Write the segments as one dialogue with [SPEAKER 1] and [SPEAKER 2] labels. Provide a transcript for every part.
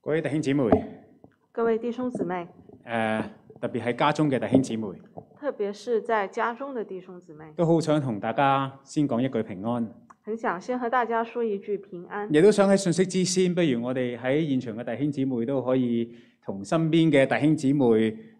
[SPEAKER 1] 各位弟兄姊妹，誒、
[SPEAKER 2] 各位弟兄姊妹，
[SPEAKER 1] 特別係家中嘅弟兄姊妹，
[SPEAKER 2] 特别是在家中的弟兄姊妹，
[SPEAKER 1] 都好想同大家先講一句平安，
[SPEAKER 2] 很想先和大家说一句平安，
[SPEAKER 1] 亦都想喺信息之先，不如我哋喺現場嘅弟兄姊妹都可以同身邊嘅弟兄姊妹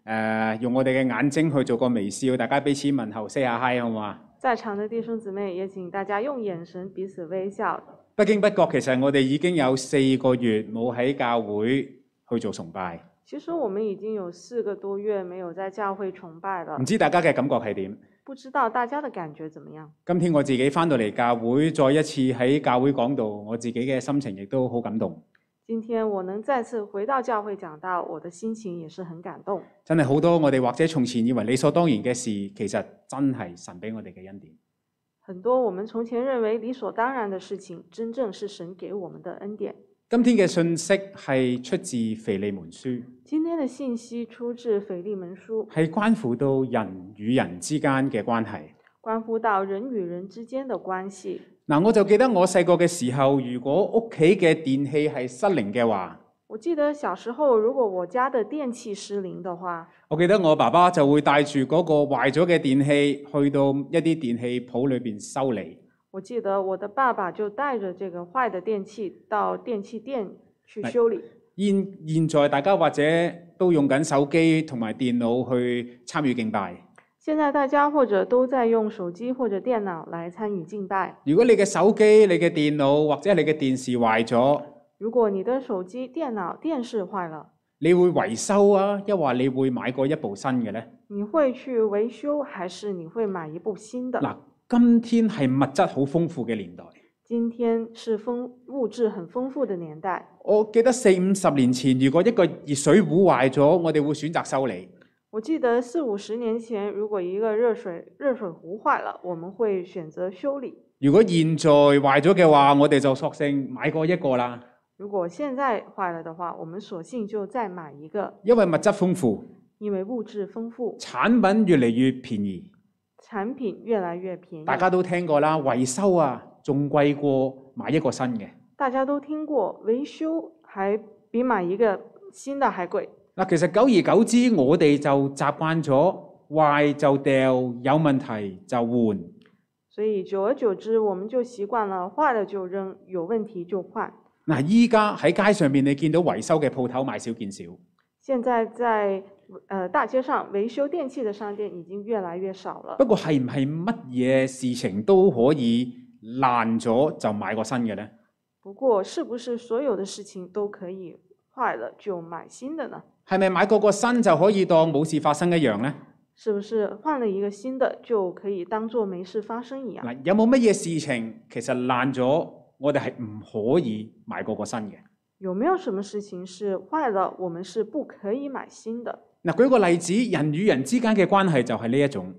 [SPEAKER 1] 誒、用我哋嘅眼睛去做個微笑，大家彼此問候 say 下 hi 好嘛？
[SPEAKER 2] 在场的弟兄姊妹也请大家用眼神彼此微笑。
[SPEAKER 1] 不經不覺，其實我哋已經有四個月冇喺教會去做崇拜，
[SPEAKER 2] 其实我们已经有四个多月没有在教会崇拜了
[SPEAKER 1] 唔，知大家嘅感覺係點？
[SPEAKER 2] 不知道大家的感觉怎么样？
[SPEAKER 1] 今天我自己翻到嚟教會，再一次喺教會講道，我自己嘅心情亦都好感動。
[SPEAKER 2] 今天我能再次回到教会讲道，我的心情也是很感动。
[SPEAKER 1] 真係好多我哋或者從前以為理所當然嘅事，其實真係神俾我哋嘅恩典。
[SPEAKER 2] 很多我们从前认为理所当然的事情，真正是神给我们的恩典。
[SPEAKER 1] 今天嘅信息係出自腓利門書，
[SPEAKER 2] 今天的信息出自腓利门书，
[SPEAKER 1] 係關乎到人與人之間嘅關係。
[SPEAKER 2] 关乎到人与人之间的关系。
[SPEAKER 1] 嗱，我就記得我細個嘅時候，如果屋企嘅電器係失靈嘅話，
[SPEAKER 2] 我记得小时候，如果我家的电器失灵的话，
[SPEAKER 1] 我記得我爸爸就會帶住嗰個壞咗嘅電器去到一啲電器鋪裏邊修理。
[SPEAKER 2] 我記得我的爸爸就带着这个坏的电器到电器店去
[SPEAKER 1] 哎
[SPEAKER 2] 修理。
[SPEAKER 1] 現現在大家或者都用緊手機同埋電腦去參與敬拜。
[SPEAKER 2] 现在大家或者都在用手机或者电脑来参与敬拜。
[SPEAKER 1] 如果你嘅手機、你嘅電腦或者你嘅電視壞咗，
[SPEAKER 2] 如果你的手機、电脑、电视坏了，
[SPEAKER 1] 你會維修啊，抑或你會買過一部新嘅呢？
[SPEAKER 2] 你会去维修还是你会买一部新的？
[SPEAKER 1] 嗱，今天係物質好豐富嘅年代。
[SPEAKER 2] 今天是丰物质很丰富的年代。
[SPEAKER 1] 我記得四五十年前，如果一個熱水壺壞咗，我哋會選擇修理。
[SPEAKER 2] 我記得四五十年前，如果一个热水热水壶坏了，我们会选择修理。
[SPEAKER 1] 如果現在壞咗嘅話，我哋就索性買過一個啦，
[SPEAKER 2] 如果现在坏了的话，我们索性就再买一个，
[SPEAKER 1] 因為物質豐富，
[SPEAKER 2] 因为物质丰富，
[SPEAKER 1] 產品越嚟越便宜。
[SPEAKER 2] 产品越来越便宜。
[SPEAKER 1] 大家都聽過啦，維修啊仲貴過買一個新嘅。
[SPEAKER 2] 大家都听过，维修还比买一个新的还贵。
[SPEAKER 1] 嗱，其實久而久之，我哋就習慣咗壞就掉，有問題就換。
[SPEAKER 2] 所以久而久之，我们就习慣了坏了就扔，有问题就换。
[SPEAKER 1] 嗱，依家喺街上面，你見到維修嘅鋪頭買少見少，
[SPEAKER 2] 现在在呃大街上维修电器的商店已经越来越少了
[SPEAKER 1] 不。過係唔係乜嘢事情都可以爛咗就買個新嘅呢？
[SPEAKER 2] 不過，是不是所有的事情都可以坏了就买新的呢？
[SPEAKER 1] 係咪買過個新就可以當冇事發生一樣呢？
[SPEAKER 2] 是不是换了一个新的就可以当做没事发生一样？
[SPEAKER 1] 嗱，有冇乜嘢事情其實爛咗，我哋係唔可以買過個新嘅？
[SPEAKER 2] 有没有什么事情是坏了，我们是不可以买新的？
[SPEAKER 1] 嗱，舉個例子，人與人之間嘅關係就係呢一種。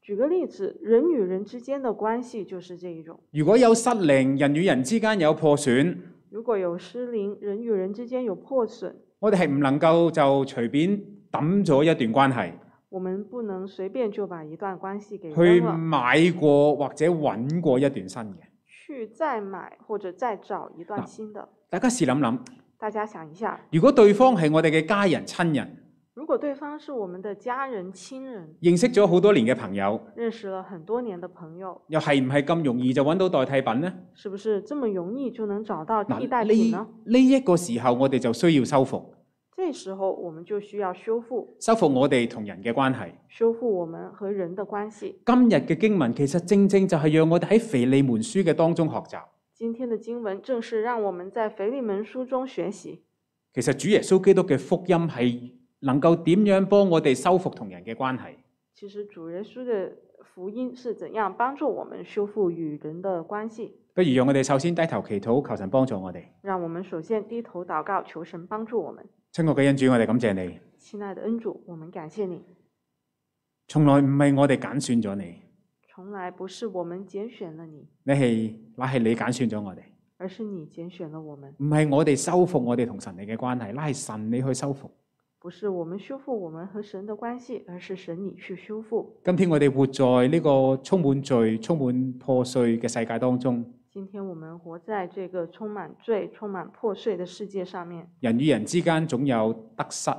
[SPEAKER 2] 举个例子，人與人之間的關係就是这一种。
[SPEAKER 1] 如果有失靈，人與人之間有破損，
[SPEAKER 2] 如果有失靈，人與人之間有破損，
[SPEAKER 1] 我哋係唔能夠就隨便抌咗一段關係，
[SPEAKER 2] 我們不能隨便就把一段關係給啊
[SPEAKER 1] 去
[SPEAKER 2] 扔了，
[SPEAKER 1] 買過或者揾過一段新嘅。
[SPEAKER 2] 去再買或者再找一段新的。
[SPEAKER 1] 大家試諗諗，
[SPEAKER 2] 大家想一下，
[SPEAKER 1] 如果對方係我哋嘅家人、親人，
[SPEAKER 2] 如果對方是我們的家人、親人，
[SPEAKER 1] 認識咗好多年嘅朋友，
[SPEAKER 2] 认識了很多年的朋友，
[SPEAKER 1] 又係唔係咁容易就揾到代替品呢？
[SPEAKER 2] 是不是这么容易就能找到
[SPEAKER 1] 嗱，
[SPEAKER 2] 替代品呢
[SPEAKER 1] 呢？呢一個時候，我哋就需要修復，
[SPEAKER 2] 这时候我們就需要修復，
[SPEAKER 1] 修復我哋同人嘅關係。
[SPEAKER 2] 修復我們和人的關係。
[SPEAKER 1] 今日嘅經文其實正正就係讓我哋喺腓利門書嘅當中學習。
[SPEAKER 2] 今天的經文正是讓我們在腓利門書中学習。
[SPEAKER 1] 其實主耶穌基督嘅福音係能夠點樣幫我哋修復同人嘅關係。
[SPEAKER 2] 其实主耶稣的福音是怎样帮助我们修复与人的关系？
[SPEAKER 1] 不如讓我哋首先低頭祈禱，求神幫助我哋。
[SPEAKER 2] 让我们首先低头祷告，求神帮助我们。
[SPEAKER 1] 親愛嘅恩主，我哋感謝你，
[SPEAKER 2] 亲爱的恩主，我们感谢你，
[SPEAKER 1] 從來唔係我哋揀選咗你，
[SPEAKER 2] 从来不是我们拣选了你，
[SPEAKER 1] 你係乃係你揀選咗我哋，
[SPEAKER 2] 而是你拣选了我们。
[SPEAKER 1] 唔係我哋修復我哋同神你嘅關係，乃係神你去修復。
[SPEAKER 2] 不是我们修复我们和神的关系，而是神你去修复。
[SPEAKER 1] 今天我哋活在呢個充滿罪、充滿破碎嘅世界當中，
[SPEAKER 2] 今天我们活在这个充满罪、充满破碎的世界上面，
[SPEAKER 1] 人與人之間總有得失，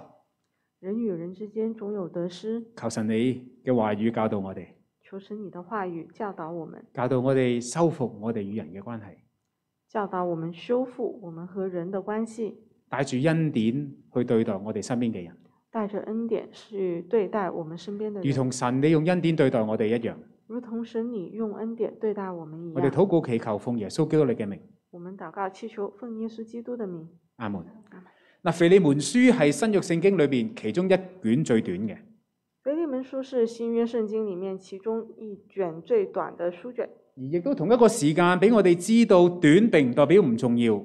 [SPEAKER 2] 人与人之间总有得失。
[SPEAKER 1] 求神你嘅話語教導我哋，
[SPEAKER 2] 求神你的话语教导我们，
[SPEAKER 1] 教導我哋修復我哋與人嘅關係，
[SPEAKER 2] 教导我们修复我们和人的关系，
[SPEAKER 1] 帶住恩典去對待我哋身邊嘅人，
[SPEAKER 2] 带着恩典去对待我们身边的
[SPEAKER 1] 如
[SPEAKER 2] 人，
[SPEAKER 1] 同神你用恩典對待我哋一樣。
[SPEAKER 2] 如同神你用恩典对待我们一
[SPEAKER 1] 我哋
[SPEAKER 2] 样。
[SPEAKER 1] 禱告祈求奉耶穌基督你嘅名，
[SPEAKER 2] 我们祷告祈求，奉耶稣基督的名。
[SPEAKER 1] 阿門
[SPEAKER 2] 阿門。
[SPEAKER 1] 嗱，腓利門書係新約聖經裏邊其中一卷最短嘅，
[SPEAKER 2] 腓利门书是新约圣经里面其中一卷最短的书卷，
[SPEAKER 1] 而亦都同一個時間俾我哋知道短並唔代表唔重要，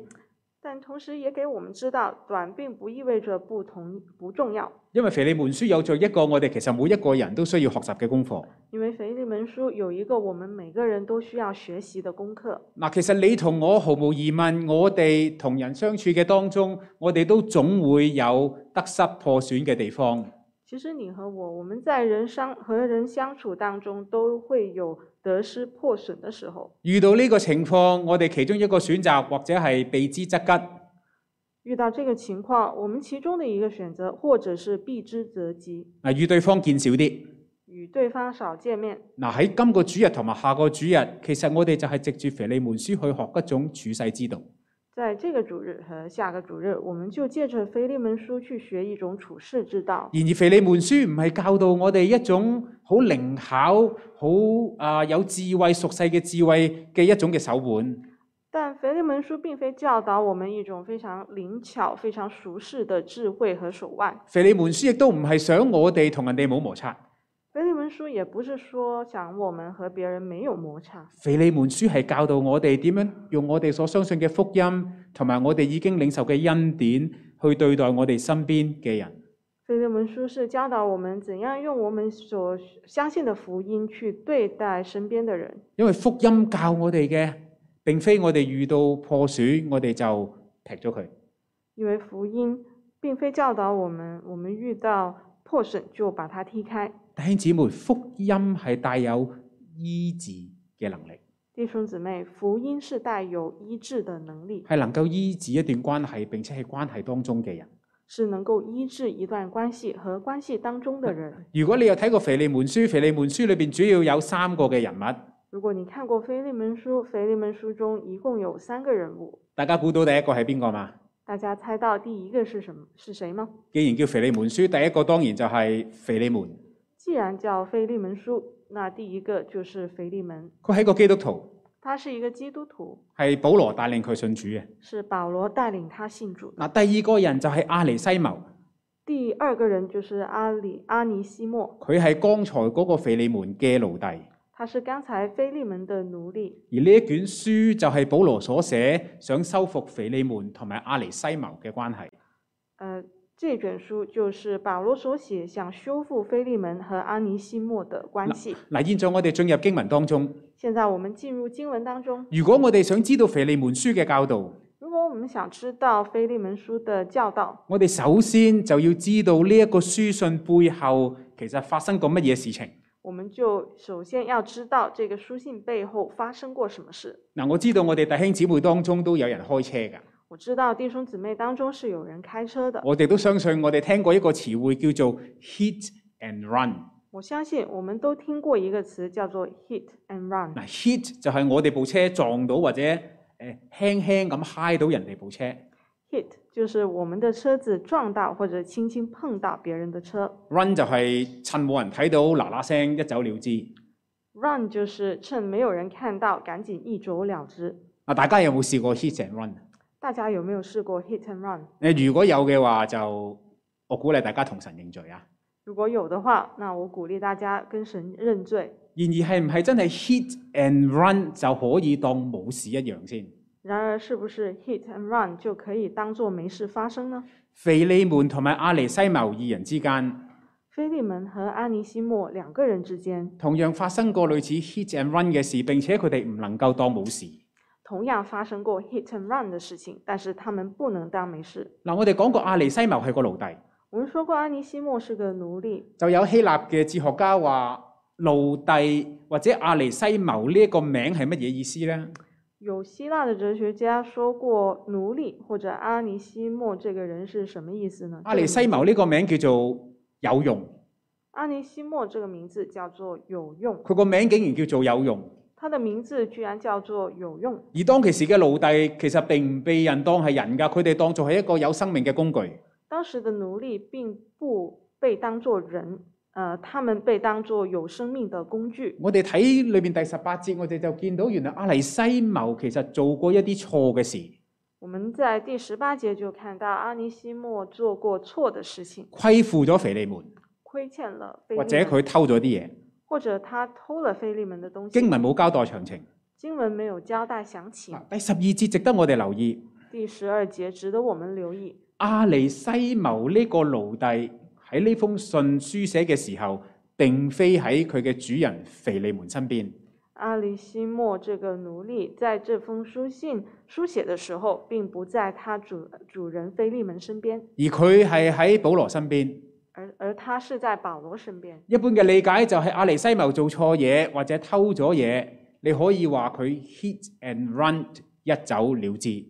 [SPEAKER 2] 但同时也给我们知道，短并不意味着不同不重要，
[SPEAKER 1] 因為腓利門書有着一個我哋其實每一個人都需要學習嘅功課。
[SPEAKER 2] 因为腓利门书有一个我们每个人都需要学习的功课。
[SPEAKER 1] 嗱，其實你同我毫無疑問，我哋同人相處嘅當中，我哋都總會有得失破損嘅地方。
[SPEAKER 2] 其实你和我，我们在人相和人相处当中都会有得失破损的时候。
[SPEAKER 1] 遇到呢個情況，我哋其中一個選擇或者係避之則吉，
[SPEAKER 2] 遇到这个情况，我们其中的一个选择，或者是避之则吉，
[SPEAKER 1] 嗱，與對方見少啲。
[SPEAKER 2] 与對方少见面。
[SPEAKER 1] 嗱，喺今個主日同埋下個主日，其實我哋就係藉住腓利門書去學一種處世之道。
[SPEAKER 2] 在这个主日和下个主日，我们就借着腓利门书去学一种处世之道。
[SPEAKER 1] 然而腓利門書唔係教導我哋一種好靈巧、好啊、有智慧、熟世嘅智慧嘅一種嘅手腕。
[SPEAKER 2] 但腓利门书并非教导我们一种非常灵巧、非常熟识的智慧和手腕。
[SPEAKER 1] 腓利門書亦都唔係想我哋同人哋冇摩擦。
[SPEAKER 2] 腓利门书也不是说想我们和别人没有摩擦，
[SPEAKER 1] 腓利門書係教導我哋點樣用我哋所相信嘅福音，同埋我哋已經領受嘅恩典，去對待我哋身邊嘅人。
[SPEAKER 2] 腓利门书是教导我们怎样用我们所相信的福音去对待身边的人，
[SPEAKER 1] 因為福音教我哋嘅，並非我哋遇到破損，我哋就劈咗佢。
[SPEAKER 2] 因为福音并非教导我们，我们遇到破损就把它踢开。
[SPEAKER 1] 弟兄姊妹，福音係帶有醫治嘅能力，
[SPEAKER 2] 弟兄姊妹，福音是带有医治的能力，
[SPEAKER 1] 係能夠醫治一段關係，並且係關係當中嘅人。
[SPEAKER 2] 是能够医治一段关系和关系当中的人。
[SPEAKER 1] 如果你有睇過腓利門書，腓利門書裏邊主要有三個嘅人物，
[SPEAKER 2] 如果你看过腓利门书，腓利门书中一共有三个人物，
[SPEAKER 1] 大家估到第一個係邊個嘛？
[SPEAKER 2] 大家猜到第一个是什么？是谁吗？
[SPEAKER 1] 既然叫腓利門書，第一個當然就係腓利門，
[SPEAKER 2] 既然叫腓利门书，那第一个就是腓利门，
[SPEAKER 1] 佢係一個基督徒，
[SPEAKER 2] 他是一个基督徒，
[SPEAKER 1] 係保羅帶領佢信主嘅。
[SPEAKER 2] 是保罗带领他信主的。
[SPEAKER 1] 嗱，第二個人就係阿尼西謀，
[SPEAKER 2] 第二个人就是阿里阿尼西莫，
[SPEAKER 1] 佢係剛才嗰個腓利門嘅奴隸。而
[SPEAKER 2] 他是刚才腓利门的奴隶。
[SPEAKER 1] 呢一卷書就係保羅所寫，想修復腓利門同埋阿尼西謀嘅關係。
[SPEAKER 2] 呃，这卷书就是保罗所写，想修复腓利门和阿尼西莫的关系。
[SPEAKER 1] 嗱，現在我哋進入經文當中，
[SPEAKER 2] 现在我们进入经文当中，
[SPEAKER 1] 如果我哋想知道腓利門書嘅教導，
[SPEAKER 2] 如果我们想知道腓利门书的教导，
[SPEAKER 1] 我哋首先就要知道呢一個書信背後其實發生過乜嘢事情。
[SPEAKER 2] 我们就首先要知道这个书信背后发生过什么事。
[SPEAKER 1] 嗱，我知道我哋弟兄姊妹當中都有人開車㗎。
[SPEAKER 2] 我知道弟兄姊妹当中是有人开车的，
[SPEAKER 1] 我哋都相信，我哋聽過一個詞彙叫做 hit and run。
[SPEAKER 2] 我相信我们都听过一个词叫做 hit and run。
[SPEAKER 1] 嗱，hit 就係我哋部車撞到或者誒、呃、輕輕咁嗨到人哋部車。
[SPEAKER 2] hit 就是我们的车子撞到或者轻轻碰到别人的车
[SPEAKER 1] run 就係趁冇人睇到嗱嗱聲一走了之。
[SPEAKER 2] ，run 就是趁没有人看到赶紧一走了之。
[SPEAKER 1] 嗱，啊大家有冇試過 hit and run？
[SPEAKER 2] 大家有没有试过 hit and run？
[SPEAKER 1] 誒，如果有嘅話就我鼓勵大家同神認罪啊。
[SPEAKER 2] 如果有的話，那我鼓勵大家跟神認罪。
[SPEAKER 1] 然而係唔係真係 hit and run 就可以當冇事一樣先？
[SPEAKER 2] 然而，是不是 hit and run 就可以當做沒事發生呢？
[SPEAKER 1] 腓利門同埋阿尼西謀二人之間，
[SPEAKER 2] 菲利门和阿尼西莫兩個人之間
[SPEAKER 1] 同樣發生過類似 hit and run 嘅事，並且佢哋唔能夠當冇事。
[SPEAKER 2] 同樣發生過 hit and run 的事情，但是他們不能當沒事。
[SPEAKER 1] 嗱，我哋講過阿尼西謀係個奴隸，
[SPEAKER 2] 我們說過，阿尼西莫是個奴隸。
[SPEAKER 1] 就有希臘嘅哲學家話奴隸或者阿尼西謀呢一個名係乜嘢意思呢？
[SPEAKER 2] 有希腊的哲学家说过奴隶或者阿尼西莫这个人是什么意思呢？
[SPEAKER 1] 阿尼西
[SPEAKER 2] 莫
[SPEAKER 1] 謀呢個名叫做有用，
[SPEAKER 2] 阿尼西莫这个名字叫做有用，
[SPEAKER 1] 佢個名竟然叫做有用。
[SPEAKER 2] 他的名字居然叫做有用。
[SPEAKER 1] 而當其時嘅奴隸其實並唔被人當係人㗎，佢哋當做係一個有生命嘅工具。
[SPEAKER 2] 当时的奴隶并不被当作人，呃，他们被当作有生命的工具。
[SPEAKER 1] 我哋睇裏邊第十八節，我哋就見到原來阿尼西謀其實做過一啲錯嘅事，
[SPEAKER 2] 我们在第十八节就看到阿尼西莫做过错的事情，
[SPEAKER 1] 虧負咗腓利門，
[SPEAKER 2] 亏欠了菲利
[SPEAKER 1] 或
[SPEAKER 2] 门，
[SPEAKER 1] 者佢偷咗啲嘢。
[SPEAKER 2] 或者他偷了菲利门的东西。
[SPEAKER 1] 經文啊冇交代詳情。
[SPEAKER 2] 经文没有交代详情
[SPEAKER 1] 嗱。第十二節值得我哋留意，
[SPEAKER 2] 第十二节值得我们留意。
[SPEAKER 1] 阿尼西謀呢個奴隸喺呢封信書寫嘅時候，並非喺佢嘅主人腓利門身邊。
[SPEAKER 2] 阿里西莫这个奴隶在这封书信书写的时候，并不在他主主人菲利门身边，
[SPEAKER 1] 而佢係喺保羅身邊。
[SPEAKER 2] 而而他是在保罗身边。
[SPEAKER 1] 一般嘅理解就係阿尼西謀做錯嘢或者偷咗嘢，你可以話佢 hit and run 一走了之。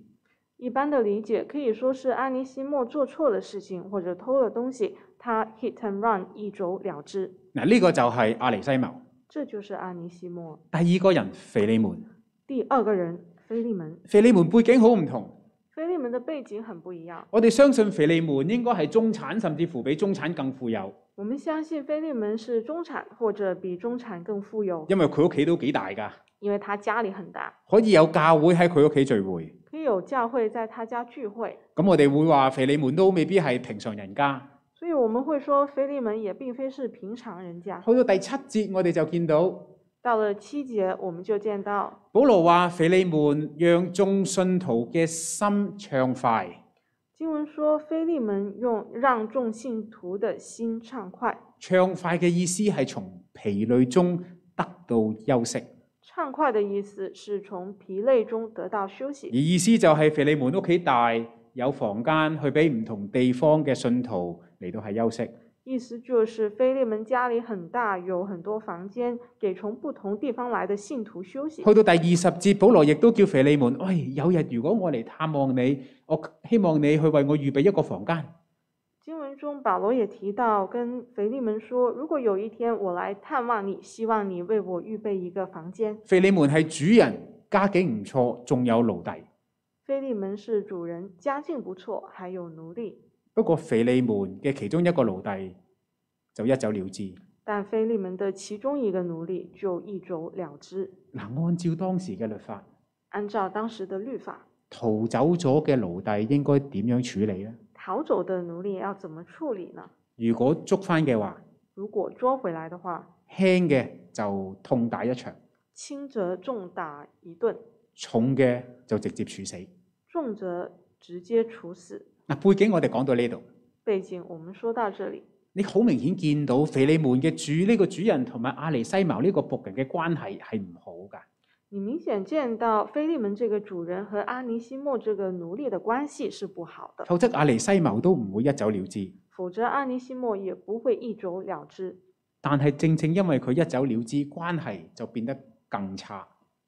[SPEAKER 2] 一般的理解可以说是阿尼西莫做错了事情或者偷了东西，他 hit and run 一走了之。
[SPEAKER 1] 嗱，呢個就係阿尼西謀。
[SPEAKER 2] 这就是阿尼西莫。
[SPEAKER 1] 第二個人腓利門，
[SPEAKER 2] 第二个人菲利门，
[SPEAKER 1] 腓利門背景好唔同。
[SPEAKER 2] 菲利门的背景很不一样。
[SPEAKER 1] 我哋相信腓利門應該係中產，甚至乎比中產更富有，
[SPEAKER 2] 我们相信菲利门是中产或者比中产更富有，
[SPEAKER 1] 因為佢屋企都幾大㗎，
[SPEAKER 2] 因为他家里很大，
[SPEAKER 1] 可以有教會喺佢屋企聚會。
[SPEAKER 2] 可以有教会在他家聚会。
[SPEAKER 1] 咁我哋會話腓利門都未必係平常人家。
[SPEAKER 2] 所以我们会说，菲利门也并非是平常人家。
[SPEAKER 1] 去到第七節，我哋就見到
[SPEAKER 2] 到了七节，我们就见到
[SPEAKER 1] 保羅話腓利門讓眾信徒嘅心暢快。
[SPEAKER 2] 经文说，菲利门用让众信徒的心畅快。
[SPEAKER 1] 暢快嘅意思係從疲累中得到休息，
[SPEAKER 2] 畅快的意思是从疲累中得到休
[SPEAKER 1] 而
[SPEAKER 2] 息。
[SPEAKER 1] 意思就係腓利門屋企大，有房間去俾唔同地方嘅信徒嚟到係休息。
[SPEAKER 2] 意思就是菲利门家里很大，有很多房间，给从不同地方来的信徒休息。
[SPEAKER 1] 去到第二十節，保羅亦都叫腓利門：，喂，有日如果我嚟探望你，我希望你去為我預備一個房間。
[SPEAKER 2] 经文中，保罗也提到跟腓利门说，如果有一天我来探望你，希望你为我预备一个房间。
[SPEAKER 1] 腓利門係主人，家境唔錯，仲有奴隸。
[SPEAKER 2] 菲利门是主人，家境不错，还有奴隶，
[SPEAKER 1] 不過腓利門嘅其中一個奴隸就一走了之。
[SPEAKER 2] 但菲利门的其中一个奴隶就一走了之。
[SPEAKER 1] 嗱，按照當時嘅律法，
[SPEAKER 2] 按照当时的律法，
[SPEAKER 1] 逃走咗嘅奴隸應該點樣處理呢？
[SPEAKER 2] 逃走的奴隶要怎么处理呢？
[SPEAKER 1] 如果捉翻嘅話，
[SPEAKER 2] 如果捉回来的话，
[SPEAKER 1] 輕嘅就痛打一場，
[SPEAKER 2] 轻则重打一顿，
[SPEAKER 1] 重嘅就直接處死。
[SPEAKER 2] 重则直接处死。
[SPEAKER 1] 嗱，背景我哋講到呢度，
[SPEAKER 2] 背景我们说到这里，
[SPEAKER 1] 你好明顯見到腓利門嘅主呢、個主人同埋阿尼西謀呢個仆人嘅關係係唔好㗎。
[SPEAKER 2] 你明显见到菲利门这个主人和阿尼西莫这个奴隶的关系是不好的，
[SPEAKER 1] 否則阿尼西謀都唔會一走了之。
[SPEAKER 2] 否则阿尼西莫也不会一走了之。
[SPEAKER 1] 但係正正因為佢一走了之，關係就變得更差。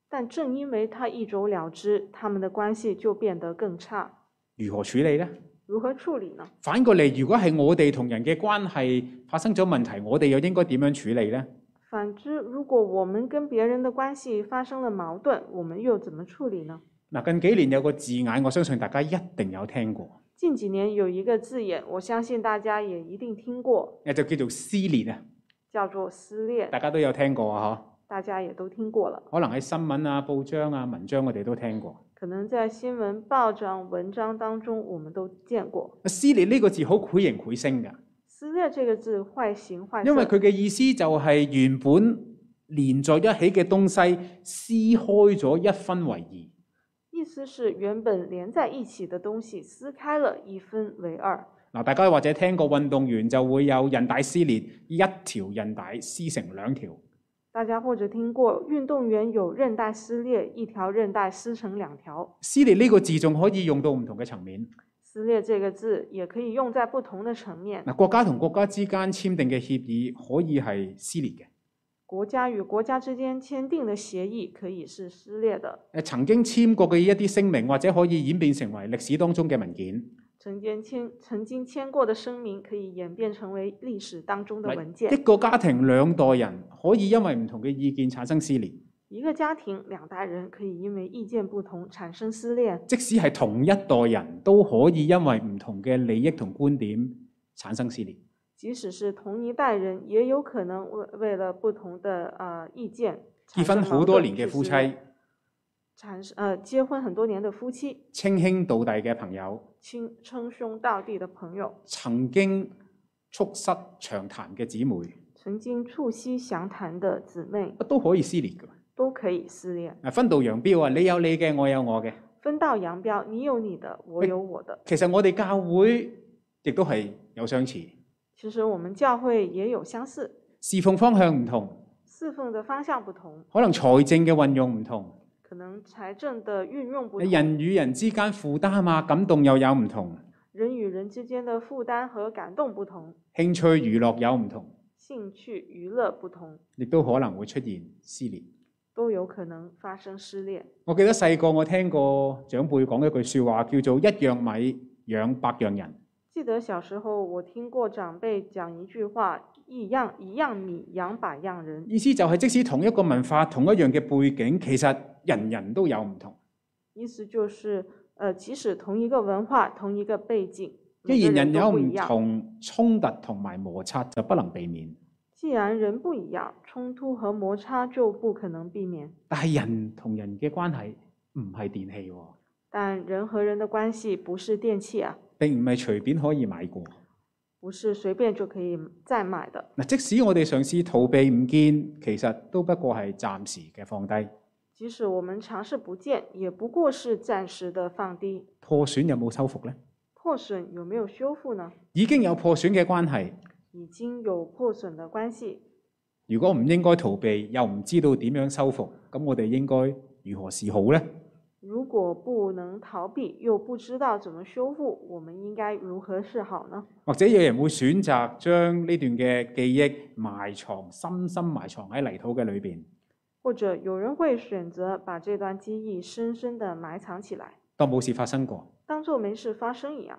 [SPEAKER 2] 但正因为他一走了之，他们的关系就变得更差。
[SPEAKER 1] 如何處理呢？
[SPEAKER 2] 如何处理呢？
[SPEAKER 1] 反過嚟，如果係我哋同人嘅關係發生咗問題，我哋又應該點樣處理呢？
[SPEAKER 2] 反之，如果我们跟别人的关系发生了矛盾，我们又怎么处理呢？
[SPEAKER 1] 嗱，近幾年有個字眼，我相信大家一定有聽過。
[SPEAKER 2] 近几年有一个字眼，我相信大家也一定听过，
[SPEAKER 1] 誒就叫做撕裂啊，
[SPEAKER 2] 叫做撕裂
[SPEAKER 1] 大，家都有聽過啊，
[SPEAKER 2] 大家也都聽過了。
[SPEAKER 1] 嗬。可能喺新聞啊、報章啊、文章，我哋都聽過。
[SPEAKER 2] 可能在新闻、报章、文章当中，我们都见过
[SPEAKER 1] 撕裂呢個字好繪形繪聲㗎，
[SPEAKER 2] “撕裂”这个字，坏形坏色。
[SPEAKER 1] 因為佢嘅意思就係原本連在一起嘅東西撕開咗一分為二。
[SPEAKER 2] 意思是原本连在一起的东西撕开了，一分为二。
[SPEAKER 1] 嗱，大家或者聽過運動員就會有韌帶撕裂，一條韌帶撕成兩條。
[SPEAKER 2] 大家或者听过运动员有韧带撕裂，一条韧带撕成两条。
[SPEAKER 1] 撕裂呢個字仲可以用到唔同嘅層面。
[SPEAKER 2] 撕裂这个字也可以用在不同的层面，
[SPEAKER 1] 嗱，國家同國家之間簽訂嘅協議可以係撕裂嘅，
[SPEAKER 2] 国家与国家之间签订的协议可以是撕裂的，
[SPEAKER 1] 誒曾經簽過嘅一啲聲明，或者可以演變成為歷史當中嘅文件。
[SPEAKER 2] 曾经签曾经签过的声明可以演变成为历史当中的
[SPEAKER 1] 咪
[SPEAKER 2] 文
[SPEAKER 1] 一
[SPEAKER 2] 件。
[SPEAKER 1] 個家庭兩代人可以因為唔同嘅意見產生撕裂，
[SPEAKER 2] 一个家庭两代人可以因为意见不同产生撕裂，
[SPEAKER 1] 即使係同一代人都可以因為唔同嘅利益同觀點產生撕裂。
[SPEAKER 2] 即使是同一代人，也有可能为为了不同的呃意见产
[SPEAKER 1] 結
[SPEAKER 2] 生
[SPEAKER 1] 婚
[SPEAKER 2] 矛盾
[SPEAKER 1] 好多年嘅
[SPEAKER 2] 去
[SPEAKER 1] 夫妻
[SPEAKER 2] 撕、裂产生呃结婚很多年的夫妻，
[SPEAKER 1] 稱兄道弟嘅朋友，
[SPEAKER 2] 亲称兄道弟的朋友，
[SPEAKER 1] 曾經促膝長談嘅姊妹，
[SPEAKER 2] 曾经促膝详谈的姊妹
[SPEAKER 1] 都可以撕裂㗎。
[SPEAKER 2] 都可以撕裂，
[SPEAKER 1] 啊，分道揚镳啊！你有你嘅，我有我嘅。
[SPEAKER 2] 分道扬镳，你有你的，我
[SPEAKER 1] 哎
[SPEAKER 2] 有我的。
[SPEAKER 1] 其實我哋教會亦都係有相似，
[SPEAKER 2] 其实我们教会也有相似，
[SPEAKER 1] 侍奉方向唔同，
[SPEAKER 2] 侍奉的方向不同，
[SPEAKER 1] 可能財政嘅運用唔同。
[SPEAKER 2] 可能財政的运用不同，
[SPEAKER 1] 人與人之間負擔啊、感動又有唔同，
[SPEAKER 2] 人与人之间的负担和感動不同，
[SPEAKER 1] 興趣娛樂有唔同，
[SPEAKER 2] 兴趣娱乐不同，
[SPEAKER 1] 亦都可能會出現撕裂。
[SPEAKER 2] 都有可能发生撕裂。
[SPEAKER 1] 我記得細個我聽過長輩講一句説話，叫做一樣米養百樣人。
[SPEAKER 2] 记得小时候我听过长辈讲一句话：“一样一样米养百样人。”
[SPEAKER 1] 意思就係即使同一個文化、同一樣嘅背景，其實人人都有唔同。
[SPEAKER 2] 意思就是，呃，即使同一个文化、同一个背景，每
[SPEAKER 1] 既
[SPEAKER 2] 个
[SPEAKER 1] 然人
[SPEAKER 2] 都
[SPEAKER 1] 有
[SPEAKER 2] 不
[SPEAKER 1] 唔
[SPEAKER 2] 一样。
[SPEAKER 1] 同，衝突同埋摩擦就不能避免。
[SPEAKER 2] 既然人不一样，冲突和摩擦就不可能避免。
[SPEAKER 1] 但係人同人嘅關係唔係電器喎，
[SPEAKER 2] 但人和人的关系不是电器啊，
[SPEAKER 1] 並唔係隨便可以買過。
[SPEAKER 2] 不是随便就可以再买的。
[SPEAKER 1] 嗱，即使我哋嘗試逃避唔見，其實都不過係暫時嘅放低。
[SPEAKER 2] 即使我们尝试不见，也不过是暂时的放低。
[SPEAKER 1] 破損有冇修復呢？
[SPEAKER 2] 破损有没有修复呢？
[SPEAKER 1] 已經有破損嘅關係，
[SPEAKER 2] 已经有破损的关系，
[SPEAKER 1] 如果唔應該逃避，又唔知道點樣修復，咁我哋應該如何是好呢？
[SPEAKER 2] 如果不能逃避，又不知道怎么修复，我们应该如何是好呢？
[SPEAKER 1] 或者有人會選擇將呢段嘅記憶埋藏，深深埋藏喺泥土嘅裏邊，
[SPEAKER 2] 或者有人会选择把这段记忆深深地埋藏起来，
[SPEAKER 1] 當冇事發生過。
[SPEAKER 2] 当做没事发生一样。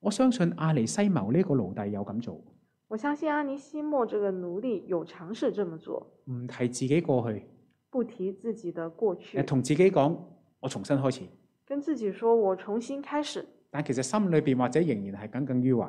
[SPEAKER 1] 我相信阿尼西謀呢個奴隸有咁做，
[SPEAKER 2] 我相信安妮西莫这个奴隶有尝试这么做，
[SPEAKER 1] 唔提自己過去，
[SPEAKER 2] 不提自己的过去
[SPEAKER 1] 誒，哎同自己講我重新開始，
[SPEAKER 2] 跟自己说“我重新开始
[SPEAKER 1] 但其實心裏邊或者仍然係耿耿於懷。”，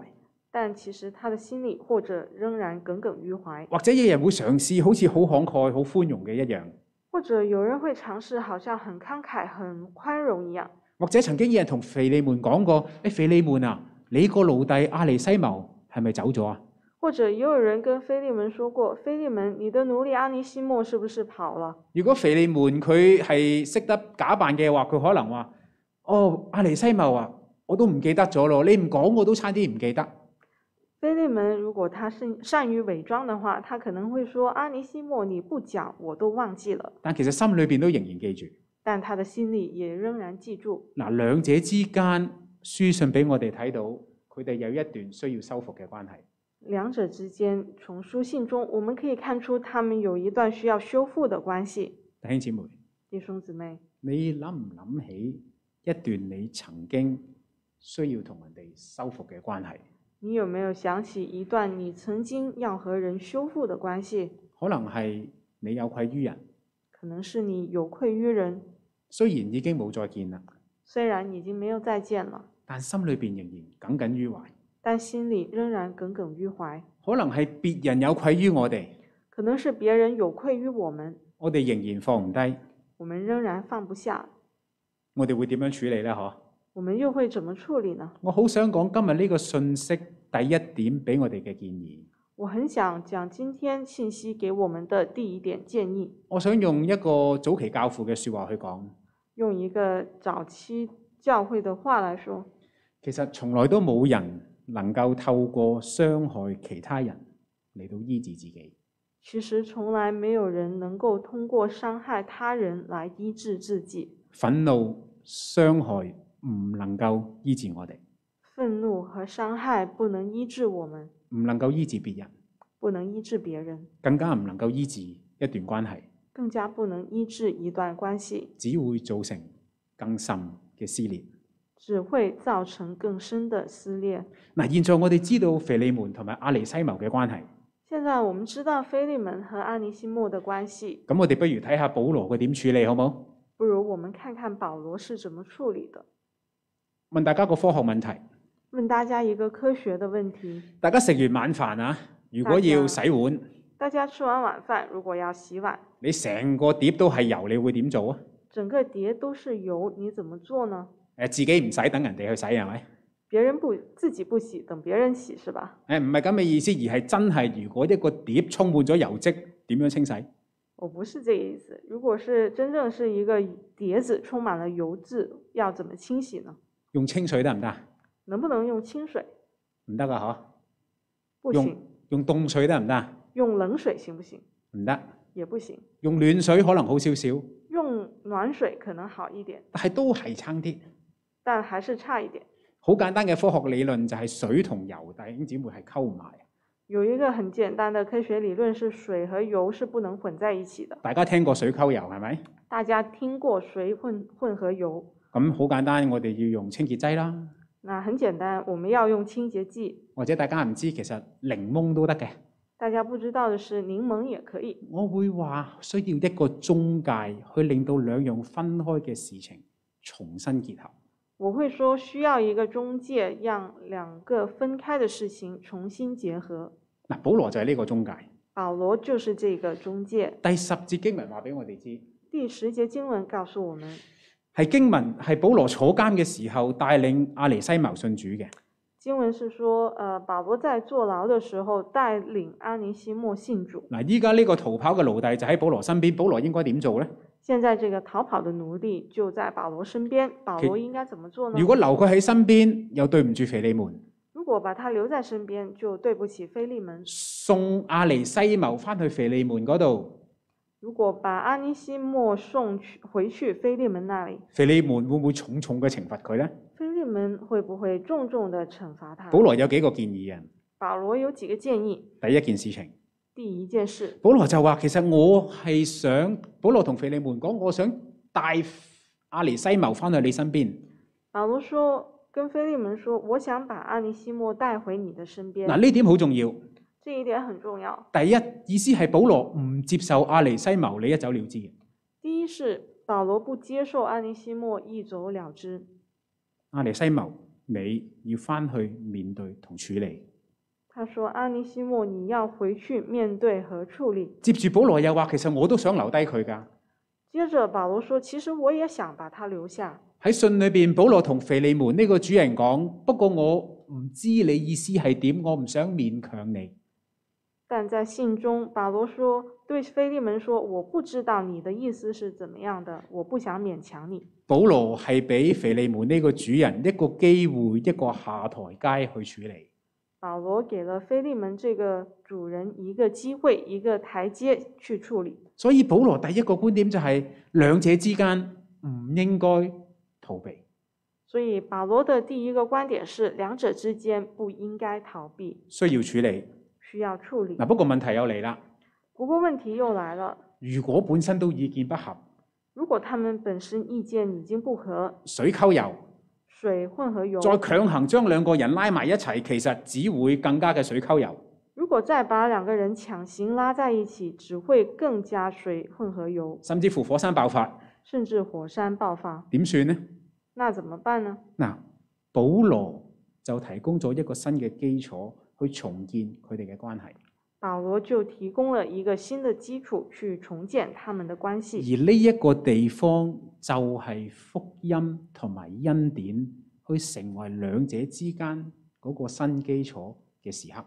[SPEAKER 2] 但其实他的心里或者仍然耿耿于怀，
[SPEAKER 1] 或者有人會嘗試好似好慷慨、好寬容嘅一樣，
[SPEAKER 2] 或者有人会尝试好像很慷慨、很宽容一样，
[SPEAKER 1] 或者曾經有人同腓利門講過：，誒、腓利門啊，你個奴隸阿尼西謀係咪走咗啊？
[SPEAKER 2] 或者也有人跟菲利门说过：“菲利门，你的奴隶安妮西莫是不是跑了？”
[SPEAKER 1] 如果腓利門佢係識得假扮嘅話，佢可能話：，哦，阿尼西謀啊，我都唔記得咗咯，你唔講我都差啲唔記得。
[SPEAKER 2] 菲利门如果他是善于伪装的话，他可能会说：“阿尼西莫，你不讲，我都忘记了。
[SPEAKER 1] 但其實心裏邊都仍然記住。”
[SPEAKER 2] 但他的心里也仍然记住。
[SPEAKER 1] 嗱，兩者之間書信俾我哋睇到，佢哋有一段需要修復嘅關係。
[SPEAKER 2] 两者之间，从书信中我们可以看出，他们有一段需要修复的关系。
[SPEAKER 1] 弟兄姊妹。
[SPEAKER 2] 弟兄姊妹，
[SPEAKER 1] 你諗唔諗起一段你曾經需要同人哋修復嘅關係？
[SPEAKER 2] 你有没有想起一段你曾经要和人修复的关系？
[SPEAKER 1] 可能係你有愧於人，
[SPEAKER 2] 可能是你有愧于人，
[SPEAKER 1] 雖然已經冇再見啦，
[SPEAKER 2] 虽然已经没有再见了，
[SPEAKER 1] 但心裏邊仍然耿耿於懷。
[SPEAKER 2] 但心里仍然耿耿于懷。
[SPEAKER 1] 可能係別人有愧於我哋，
[SPEAKER 2] 可能是别人有愧于我们，
[SPEAKER 1] 我哋仍然放唔低，
[SPEAKER 2] 我们仍然放不下，
[SPEAKER 1] 我哋會點樣處理呢？嗬，
[SPEAKER 2] 我们又会怎么处理呢？
[SPEAKER 1] 我好想講今日呢個信息第一點俾我哋嘅建議。
[SPEAKER 2] 我很想讲今天信息给我们的第一点建议，
[SPEAKER 1] 我想用一個早期教父嘅説話去講，
[SPEAKER 2] 用一个早期教会的话来说，
[SPEAKER 1] 其實從來都冇人能夠透過傷害其他人嚟到醫治自己。
[SPEAKER 2] 其实从来没有人能够通过伤害他人来医治自己。
[SPEAKER 1] 憤怒、傷害唔能夠醫治我哋，
[SPEAKER 2] 愤怒和伤害不能医治我们，
[SPEAKER 1] 唔能夠醫治別人，
[SPEAKER 2] 不不能医治别人，
[SPEAKER 1] 更加唔能夠醫治一段關係，
[SPEAKER 2] 更加不能医治一段关系，
[SPEAKER 1] 只會造成更深嘅撕裂。
[SPEAKER 2] 只会造成更深的撕裂。
[SPEAKER 1] 嗱，現在我哋知道腓利門同埋阿尼西謀嘅關係，
[SPEAKER 2] 现在我们知道菲利门和阿尼西莫的关系，
[SPEAKER 1] 咁我哋不如睇下保羅佢點處理好冇？
[SPEAKER 2] 不如我们看看保罗是怎么处理的。
[SPEAKER 1] 問大家個科學問題：
[SPEAKER 2] 问大家一个科学的问题：
[SPEAKER 1] 大家食完晚飯啊，如果要洗碗，
[SPEAKER 2] 大家吃完晚饭，如果要洗碗，
[SPEAKER 1] 你成個碟都係油，你會點做啊？
[SPEAKER 2] 整个碟都是油，你怎么做呢？
[SPEAKER 1] 誒，自己唔使等人哋去洗係咪？
[SPEAKER 2] 别人不自己不洗，等别人洗是吧？
[SPEAKER 1] 誒，唔係咁嘅意思，而係真係如果一個碟充滿咗油漬，點樣清洗？
[SPEAKER 2] 我不是这个意思。如果是真正是一个碟子充满了油渍，要怎么清洗呢？
[SPEAKER 1] 用清水得唔得啊？
[SPEAKER 2] 能不能用清水？
[SPEAKER 1] 唔得噶啊嗬。
[SPEAKER 2] 不
[SPEAKER 1] 用
[SPEAKER 2] 行，
[SPEAKER 1] 用凍水得唔得啊？
[SPEAKER 2] 用冷水行不行？
[SPEAKER 1] 唔得。
[SPEAKER 2] 也不行，
[SPEAKER 1] 用暖水可能好少少，
[SPEAKER 2] 用暖水可能好一点，
[SPEAKER 1] 但係都係差啲。
[SPEAKER 2] 但还是差一点。
[SPEAKER 1] 好簡單嘅科學理論就係水同油，弟兄姊妹係溝唔埋。
[SPEAKER 2] 有一个很简单的科学理论是水和油是不能混在一起的。
[SPEAKER 1] 大家聽過水溝油係咪？
[SPEAKER 2] 大家听过水混混合油？
[SPEAKER 1] 咁好簡單，我哋要用清潔劑啦，
[SPEAKER 2] 那很简单，我们要用清洁剂。
[SPEAKER 1] 或者大家唔知其實檸檬都得嘅。
[SPEAKER 2] 大家不知道的是，柠檬也可以。
[SPEAKER 1] 我會話需要一個中介去令到兩樣分開嘅事情重新結合。
[SPEAKER 2] 我会说需要一个中介，让两个分开的事情重新结合。
[SPEAKER 1] 嗱，保羅就係呢個中介。
[SPEAKER 2] 保罗就是这个中介。
[SPEAKER 1] 第十節經文話俾我哋知，
[SPEAKER 2] 第十节经文告诉我们，
[SPEAKER 1] 係經文係保羅坐監嘅時候帶領阿尼西謀信主嘅。
[SPEAKER 2] 经文是说，呃，保罗在坐牢的时候带领阿尼西莫信主。
[SPEAKER 1] 嗱，依家呢個逃跑嘅奴隸就喺保羅身邊，保羅應該點做呢？
[SPEAKER 2] 现在这个逃跑的奴隶就在保罗身边，保
[SPEAKER 1] 其
[SPEAKER 2] 罗应该怎么做呢
[SPEAKER 1] 如？果留佢喺身邊，又對唔住腓利門，
[SPEAKER 2] 如果把他留在身边，就对不起菲利门；
[SPEAKER 1] 送阿尼西謀翻去腓利門嗰度，
[SPEAKER 2] 如果把阿尼西莫送去回去菲利门那里，
[SPEAKER 1] 腓利門會唔會重重嘅懲罰佢呢？
[SPEAKER 2] 菲利门会不会重重的惩罚他？
[SPEAKER 1] 保羅有幾個建議啊。
[SPEAKER 2] 保罗有几个建议。
[SPEAKER 1] 第一件事情，
[SPEAKER 2] 第一件事，
[SPEAKER 1] 保羅就話其實我係想，保羅同腓利門講，我想帶阿尼西謀翻去你身邊。
[SPEAKER 2] 保罗说跟菲利门说：“我想把阿尼西莫带回你的身边。
[SPEAKER 1] 嗱，呢點好重要。
[SPEAKER 2] 这一点很重要。
[SPEAKER 1] 第一意思係保羅唔接受阿尼西謀，你一走了之嘅。
[SPEAKER 2] 第一是保罗不接受阿尼西莫一走了之，
[SPEAKER 1] 阿尼西謀，你要翻去面對同處理。
[SPEAKER 2] 他说：“阿尼西莫，你要回去面对和处理。
[SPEAKER 1] 接住保羅又話，其實我都想留低佢㗎。”
[SPEAKER 2] 接着保罗说：“其实我也想把他留下。”
[SPEAKER 1] 喺信裏邊，保羅同腓利門呢個主人講：不過我唔知你意思係點，我唔想勉強你。
[SPEAKER 2] 但在信中，保罗说对腓利门说：“我不知道你的意思是怎么样的，我不想勉强你。
[SPEAKER 1] 保羅係俾腓利門呢個主人一個機會，一個下台階去處理。”
[SPEAKER 2] 保罗给了腓利门这个主人一个机会，一个台阶去处理。
[SPEAKER 1] 所以保羅第一個觀點就係、兩者之間唔應該逃避。
[SPEAKER 2] 所以，保罗的第一个观点是，两者之间不应该逃避，
[SPEAKER 1] 需要處理
[SPEAKER 2] 需要处理
[SPEAKER 1] 嗱，。不過問題又嚟啦。
[SPEAKER 2] 不过，问题又来了，
[SPEAKER 1] 如果本身都意見不合，
[SPEAKER 2] 如果他们本身意见已经不合，
[SPEAKER 1] 水溝油，
[SPEAKER 2] 水混合油，
[SPEAKER 1] 再強行將兩個人拉埋一齊，其實只會更加嘅水溝油。
[SPEAKER 2] 如果再把两个人强行拉在一起，只会更加水混合油，
[SPEAKER 1] 甚至乎火山爆發，
[SPEAKER 2] 甚至火山爆发。
[SPEAKER 1] 點算呢？
[SPEAKER 2] 那怎么办呢？
[SPEAKER 1] 嗱，保羅就提供咗一個新嘅基礎去重建佢哋嘅關係，
[SPEAKER 2] 保罗就提供了一个新的基础去重建他们的关
[SPEAKER 1] 而
[SPEAKER 2] 系，
[SPEAKER 1] 呢一個地方就係福音同埋恩典去成為兩者之間嗰個新基礎嘅時刻。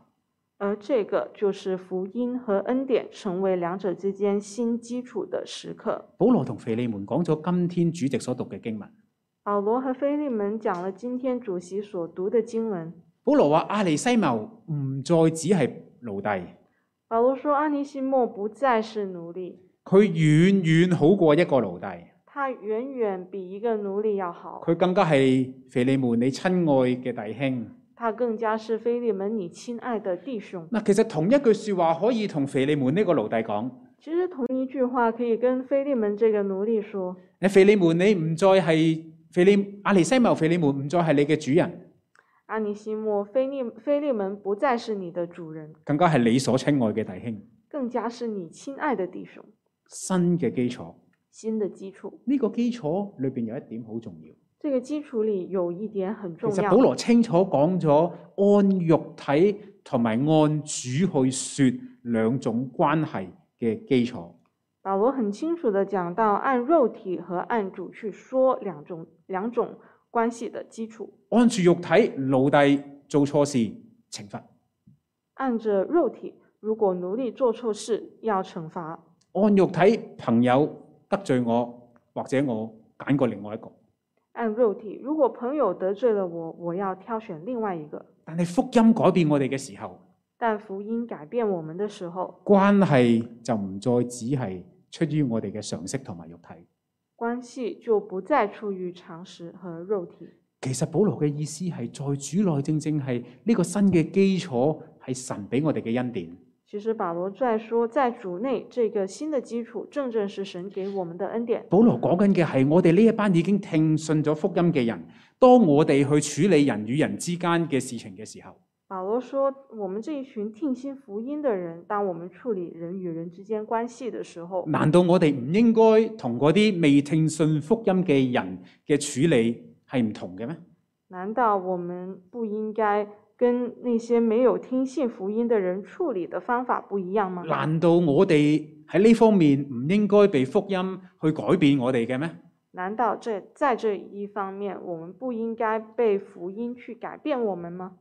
[SPEAKER 2] 而这个就是福音和恩典成为两者之间新基础的时刻。
[SPEAKER 1] 保羅同腓利門講咗今天主席所讀嘅經文。
[SPEAKER 2] 保罗和菲利门讲了今天主席所读的经文。
[SPEAKER 1] 保羅話：阿尼西謀唔再只係奴隸，
[SPEAKER 2] 保罗说，阿尼西莫不再是奴隶，
[SPEAKER 1] 佢遠遠好過一個奴隸，
[SPEAKER 2] 他远远比一个奴隶要好，
[SPEAKER 1] 佢更加係腓利門你親愛嘅弟兄。
[SPEAKER 2] 他更加是腓利门你亲爱的弟兄。
[SPEAKER 1] 嗱，其實同一句説話可以同腓利門呢個奴隸講：
[SPEAKER 2] 其实同一句话可以跟腓利门这个奴隶说
[SPEAKER 1] 你腓利門，你唔再係腓利阿尼西謀腓利門，唔再係你嘅主人，：“
[SPEAKER 2] 阿尼西莫，腓利腓利门不再是你的主人，
[SPEAKER 1] 更加係你所親愛嘅弟兄。
[SPEAKER 2] 更加是你亲爱的弟兄。
[SPEAKER 1] 新嘅基礎，”
[SPEAKER 2] 新的基础，
[SPEAKER 1] 呢、個基礎裏邊有一點好重要。
[SPEAKER 2] 这个基础里有一点很重
[SPEAKER 1] 其實
[SPEAKER 2] 要
[SPEAKER 1] 保。羅清楚講咗按肉體同埋按主去説兩種關係嘅基礎。
[SPEAKER 2] 保罗很清楚地讲到，按肉体和按主去说两种两种关系的基础。
[SPEAKER 1] 按住肉體，奴隸做錯事，懲罰；
[SPEAKER 2] 按着肉体，如果奴隶做错事要惩罚；
[SPEAKER 1] 按肉體，朋友得罪我，或者我揀過另外一個。
[SPEAKER 2] 按肉体，如果朋友得罪了我，我要挑选另外一个。
[SPEAKER 1] 但係福音改變我哋嘅時候，
[SPEAKER 2] 但福音改变我们的时候，
[SPEAKER 1] 關係就唔再只係出於我哋嘅常識同埋肉體。
[SPEAKER 2] 关系就不再出于常识和肉体。
[SPEAKER 1] 其實保羅嘅意思係在主內正正係呢個新嘅基礎係神俾我哋嘅恩典。
[SPEAKER 2] 其实保罗在说，在主内这个新的基础，正正是神给我们的恩典。
[SPEAKER 1] 保羅講緊嘅係我哋呢一班已經聽信咗福音嘅人，當我哋去處理人與人之間嘅事情嘅時候，
[SPEAKER 2] 保罗说，我们这一群听信福音的人，当我们处理人与人之间关系的时候，
[SPEAKER 1] 難道我哋唔應該同嗰啲未聽信福音嘅人嘅處理係唔同嘅咩？
[SPEAKER 2] 难道我们不应该跟那些没有听信福音的人处理的方法不一样吗？
[SPEAKER 1] 難道我哋喺呢方面唔應該被福音去改變我哋嘅咩？
[SPEAKER 2] 难道这在这一方面，我们不应该被福音去改变我们吗？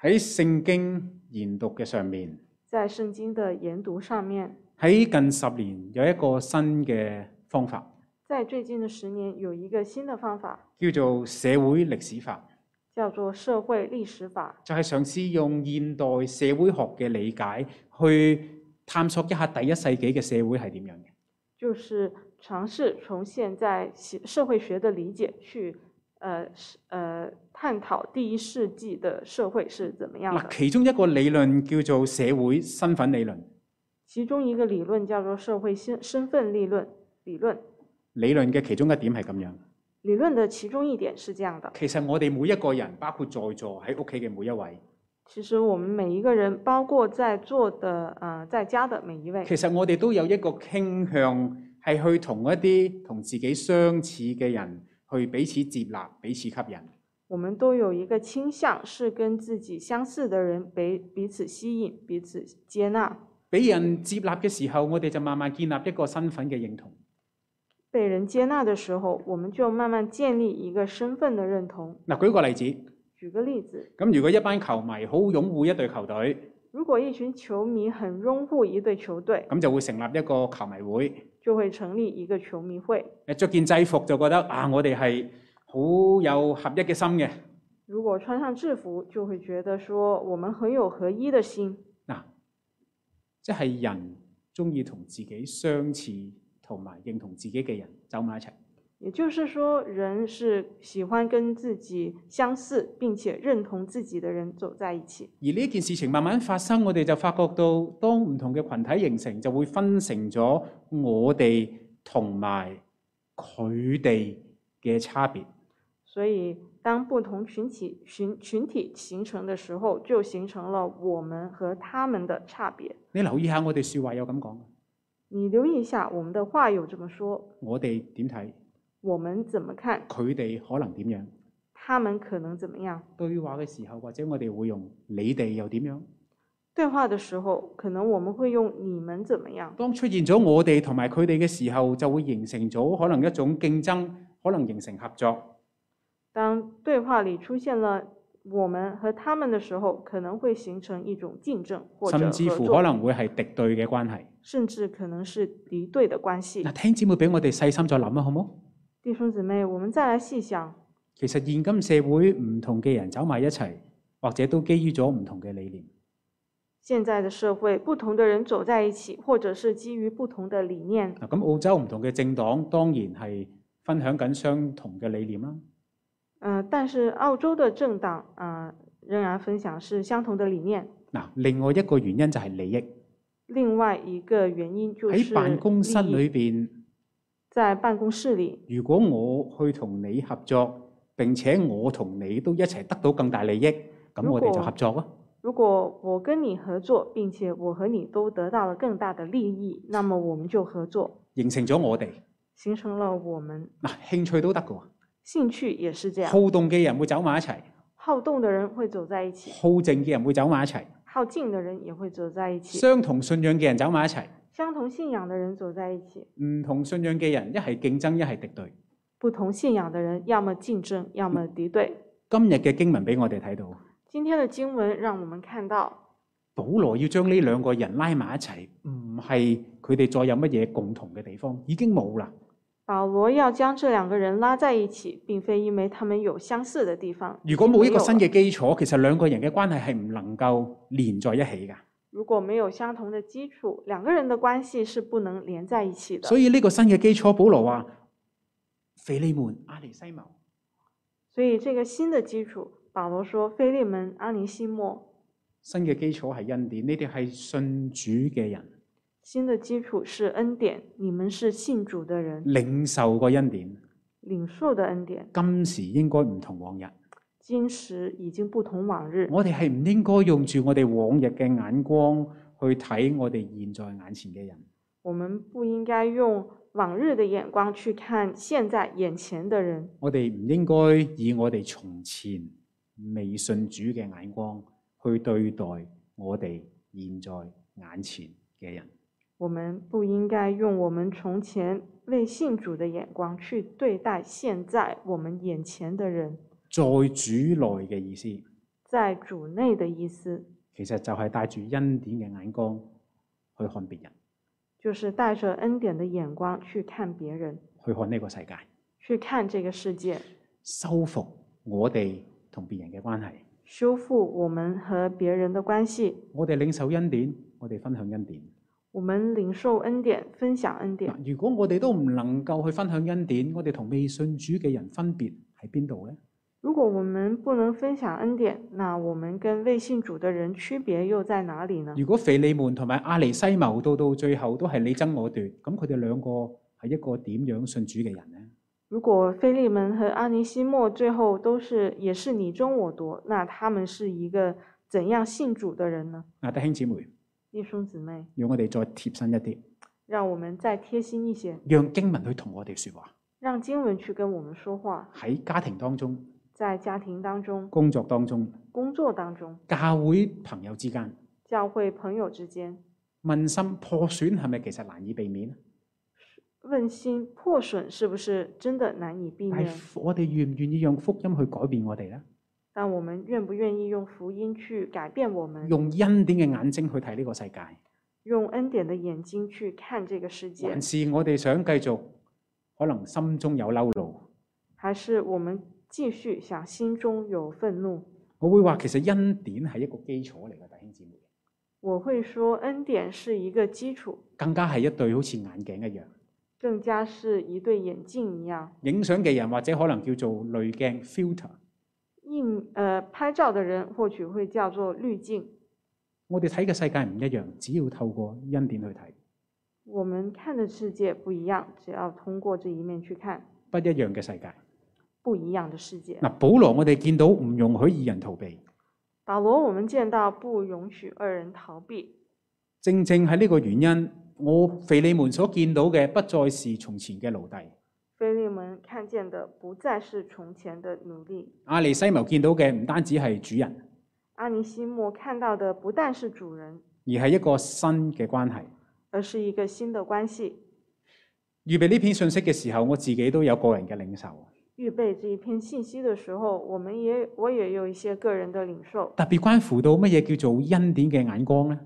[SPEAKER 1] 喺聖經研讀嘅上面，
[SPEAKER 2] 在圣经的研读上面，
[SPEAKER 1] 喺近十年有一個新嘅方法，
[SPEAKER 2] 在最近的十年有一个新的方法，
[SPEAKER 1] 叫做社會歷史法。
[SPEAKER 2] 叫做社会历史法，
[SPEAKER 1] 就係嘗試用現代社會學嘅理解去探索一下第一世紀嘅社會係點樣嘅。
[SPEAKER 2] 就是尝试从现在社社会学的理解去，呃是呃探讨第一世纪的社会是怎么样的
[SPEAKER 1] 嗱，。其中一個理論叫做社會身份理論，
[SPEAKER 2] 其中一个理论叫做社会身身份理论理论。
[SPEAKER 1] 理論嘅其中一點係咁樣。
[SPEAKER 2] 理论的其中一点是这样的：
[SPEAKER 1] 其實我哋每一個人，包括在座喺屋企嘅每一位，
[SPEAKER 2] 其实我们每一个人，包括在座的呃在家的每一位，
[SPEAKER 1] 其實我哋都有一個傾向係去同一啲同自己相似嘅人去彼此接納、彼此吸引。
[SPEAKER 2] 我们都有一个倾向，是跟自己相似的人被彼此吸引、彼此接纳。
[SPEAKER 1] 俾人接納嘅時候，我哋就慢慢建立一個身份嘅認同。
[SPEAKER 2] 被人接纳的时候，我们就慢慢建立一个身份的认同。
[SPEAKER 1] 嗱，舉個例子。
[SPEAKER 2] 举个例子，
[SPEAKER 1] 咁如果一班球迷好擁護一隊球隊，
[SPEAKER 2] 如果一群球迷很拥护一队球队，
[SPEAKER 1] 咁就會成立一個球迷會。
[SPEAKER 2] 就会成立一个球迷会。
[SPEAKER 1] 誒着件制服就覺得啊，我哋係好有合一嘅心嘅。
[SPEAKER 2] 如果穿上制服，就会觉得说我们很有合一的心。
[SPEAKER 1] 嗱、即係人中意同自己相似同埋認同自己嘅人走埋一齊。
[SPEAKER 2] 也就是说，人是喜欢跟自己相似并且认同自己的人走在一起。
[SPEAKER 1] 而呢件事情慢慢發生，我哋就發覺到，當唔同嘅群體形成，就會分成咗我哋同埋佢哋嘅差別。
[SPEAKER 2] 所以，当不同群体群群体形成的时候，就形成了我们和他们的差别。
[SPEAKER 1] 你留意下，我哋説話有咁講，
[SPEAKER 2] 你留意一下，我们的话有这么说：
[SPEAKER 1] 我哋點睇？
[SPEAKER 2] 我们怎么看，
[SPEAKER 1] 佢哋可能點樣？
[SPEAKER 2] 他们可能怎么样。
[SPEAKER 1] 對話嘅時候，或者我哋會用你哋又點樣？
[SPEAKER 2] 对话的时候，可能我们会用“你们怎么样
[SPEAKER 1] 當出現咗我哋同埋佢哋嘅時候，就會形成咗可能一種競爭，可能形成合作。”。
[SPEAKER 2] 当对话里出现了“我们”和“他们”的时候，可能会形成一种竞争或者合
[SPEAKER 1] 甚至乎
[SPEAKER 2] 作
[SPEAKER 1] 可。能會係敵對嘅關係。
[SPEAKER 2] 甚至可能是敌对的关系
[SPEAKER 1] 嗱，。聽姊妹俾我哋細心再諗啊，好冇？
[SPEAKER 2] 弟兄姊妹，我们再来细想，
[SPEAKER 1] 其實現今社會唔同嘅人走埋一齊，或者都基於咗唔同嘅理念。
[SPEAKER 2] 现在的社会，不同的人走在一起，或者是基于不同的理念。
[SPEAKER 1] 嗱，咁澳洲唔同嘅政黨當然係分享緊相同嘅理念啦。
[SPEAKER 2] 呃嗯、但是澳洲的政党啊、仍然分享是相同的理念。
[SPEAKER 1] 嗱，另外一個原因就係利益。
[SPEAKER 2] 另外一个原因就是
[SPEAKER 1] 喺辦公室
[SPEAKER 2] 利益
[SPEAKER 1] 裏邊，
[SPEAKER 2] 在办公室里，
[SPEAKER 1] 如果我去同你合作，並且我同你都一齊得到更大利益，咁
[SPEAKER 2] 如
[SPEAKER 1] 我哋就
[SPEAKER 2] 果
[SPEAKER 1] 合作咯。
[SPEAKER 2] 如果我跟你合作，并且我和你都得到了更大的利益，那么我们就合作，
[SPEAKER 1] 形成咗我哋
[SPEAKER 2] 形成了我们
[SPEAKER 1] 嗱興趣都得嘅
[SPEAKER 2] 兴趣也是这
[SPEAKER 1] 喎，
[SPEAKER 2] 样。
[SPEAKER 1] 好動嘅人會走埋一齊，
[SPEAKER 2] 好动的人会走在一起，
[SPEAKER 1] 好靜嘅人會走埋一齊，
[SPEAKER 2] 好静的人也会走在一起，
[SPEAKER 1] 相同信仰嘅人走埋一齊，
[SPEAKER 2] 相同信仰的人走在一起，
[SPEAKER 1] 唔同信仰嘅人一係競爭，一係敵對。
[SPEAKER 2] 不同信仰的人要么竞争，要么敌对。
[SPEAKER 1] 今日嘅經文俾我哋睇到，
[SPEAKER 2] 今天的经文让我们看到，
[SPEAKER 1] 保羅要將呢兩個人拉埋一齊，唔係佢哋再有乜嘢共同嘅地方，已經冇啦。
[SPEAKER 2] 保罗要将这两个人拉在一起，并非因为他们有相似的地方。
[SPEAKER 1] 如果冇一個新
[SPEAKER 2] 已經
[SPEAKER 1] 嘅基礎，其實兩個人嘅關係係唔能夠連在一起㗎。
[SPEAKER 2] 如果没有相同的基础，两个人的关系是不能连在一起的。
[SPEAKER 1] 所以呢個新嘅基礎，保羅話：腓利門、阿尼西謀，
[SPEAKER 2] 所以这个新的基础，保罗说：“腓利门、阿尼西莫，
[SPEAKER 1] 新嘅基礎係恩典，你哋係信主嘅人，
[SPEAKER 2] 新的基础是恩典，你们是信主的人，
[SPEAKER 1] 領受個恩典。
[SPEAKER 2] 领受的恩典，
[SPEAKER 1] 今時應該唔同往日，
[SPEAKER 2] 今时已经不同往日。
[SPEAKER 1] 我哋係唔應該用住我哋往日嘅眼光去睇我哋現在眼前嘅人。
[SPEAKER 2] 我们不应该用往日的眼光去看现在眼前的人，
[SPEAKER 1] 我哋唔應該以我哋從前未信主嘅眼光去對待我哋現在眼前嘅人。
[SPEAKER 2] 我们不应该用我们从前为信主的眼光去对待现在我们眼前的人。
[SPEAKER 1] 在主內嘅意思，
[SPEAKER 2] 在主内的意思，
[SPEAKER 1] 其實就係帶住恩典嘅眼光去看別人，
[SPEAKER 2] 就是带着恩典的眼光去看别人，
[SPEAKER 1] 去看呢個世界，
[SPEAKER 2] 去看这个世界，
[SPEAKER 1] 修復我哋同別人嘅關係。
[SPEAKER 2] 修复我们和别人的关系。
[SPEAKER 1] 我哋領受恩典，我哋分享恩典。
[SPEAKER 2] 我们领受恩典，分享恩典。
[SPEAKER 1] 嗱，如果我哋都唔能夠去分享恩典，我哋同未信主嘅人分別喺邊度呢？
[SPEAKER 2] 如果我们不能分享恩典，那我们跟未信主的人区别又在哪里呢？
[SPEAKER 1] 如果腓利門同埋阿尼西謀到到最後都係你爭我奪，咁佢哋兩個係一個點樣信主嘅人呢？
[SPEAKER 2] 如果菲利门和阿尼西莫最后都是也是你争我夺，那他们是一个怎样信主的人呢？
[SPEAKER 1] 啊，弟兄姊妹，
[SPEAKER 2] 弟兄姊妹，
[SPEAKER 1] 讓我哋再貼身一啲，
[SPEAKER 2] 让我们再贴心一些，
[SPEAKER 1] 讓經文去同我哋说話。
[SPEAKER 2] 让经文去跟我们说话，
[SPEAKER 1] 喺家庭當中、
[SPEAKER 2] 在家庭当中、
[SPEAKER 1] 工作當中、
[SPEAKER 2] 工作当中、
[SPEAKER 1] 教會朋友之間，
[SPEAKER 2] 教会朋友之间，
[SPEAKER 1] 問心破損係咪其實難以避免呢？
[SPEAKER 2] 问心破损是不是真的难以避
[SPEAKER 1] 但
[SPEAKER 2] 免？
[SPEAKER 1] 係我哋願唔願意讓福音去改變我哋呢？
[SPEAKER 2] 但我们愿不愿意用福音去改变我们？
[SPEAKER 1] 用恩典嘅眼睛去睇呢個世界，
[SPEAKER 2] 用恩典的眼睛去看这个世界
[SPEAKER 1] 還，是我哋想繼續可能心中有嬲怒？
[SPEAKER 2] 还是我们继续想心中有愤怒？
[SPEAKER 1] 我會話其實恩典係一個基礎嚟嘅，弟兄姊妹，
[SPEAKER 2] 我会说，恩典是一个基础，
[SPEAKER 1] 更加係一對好似眼鏡一樣。
[SPEAKER 2] 更加是一对眼镜一样。
[SPEAKER 1] 影相嘅人或者可能叫做濾鏡 filter，
[SPEAKER 2] 印呃，拍照的人或许会叫做滤镜。
[SPEAKER 1] 我哋睇嘅世界唔一樣，只要透過恩典去睇，
[SPEAKER 2] 我们看的世界不一样，只要通过这一面去看
[SPEAKER 1] 不一樣嘅世界。
[SPEAKER 2] 不一样的世界。
[SPEAKER 1] 嗱，保羅我哋見到唔容許二人逃避，
[SPEAKER 2] 保罗，我们见到不容许二人逃避，
[SPEAKER 1] 正正係呢個原因，我腓利門所見到嘅不再是從前嘅奴隸，
[SPEAKER 2] 菲利门看见的不再是从前的奴隶，
[SPEAKER 1] 阿尼西謀見到嘅唔單止係主人，
[SPEAKER 2] 阿尼西莫看到的不但是主人，
[SPEAKER 1] 而係一個新嘅關係。
[SPEAKER 2] 而是一个新的关系。
[SPEAKER 1] 預備呢篇信息嘅時候，我自己都有個人嘅領受。
[SPEAKER 2] 预备这一篇信息的时候，我们也我也有一些个人的领受，
[SPEAKER 1] 特別關乎到乜嘢叫做恩典嘅眼光呢？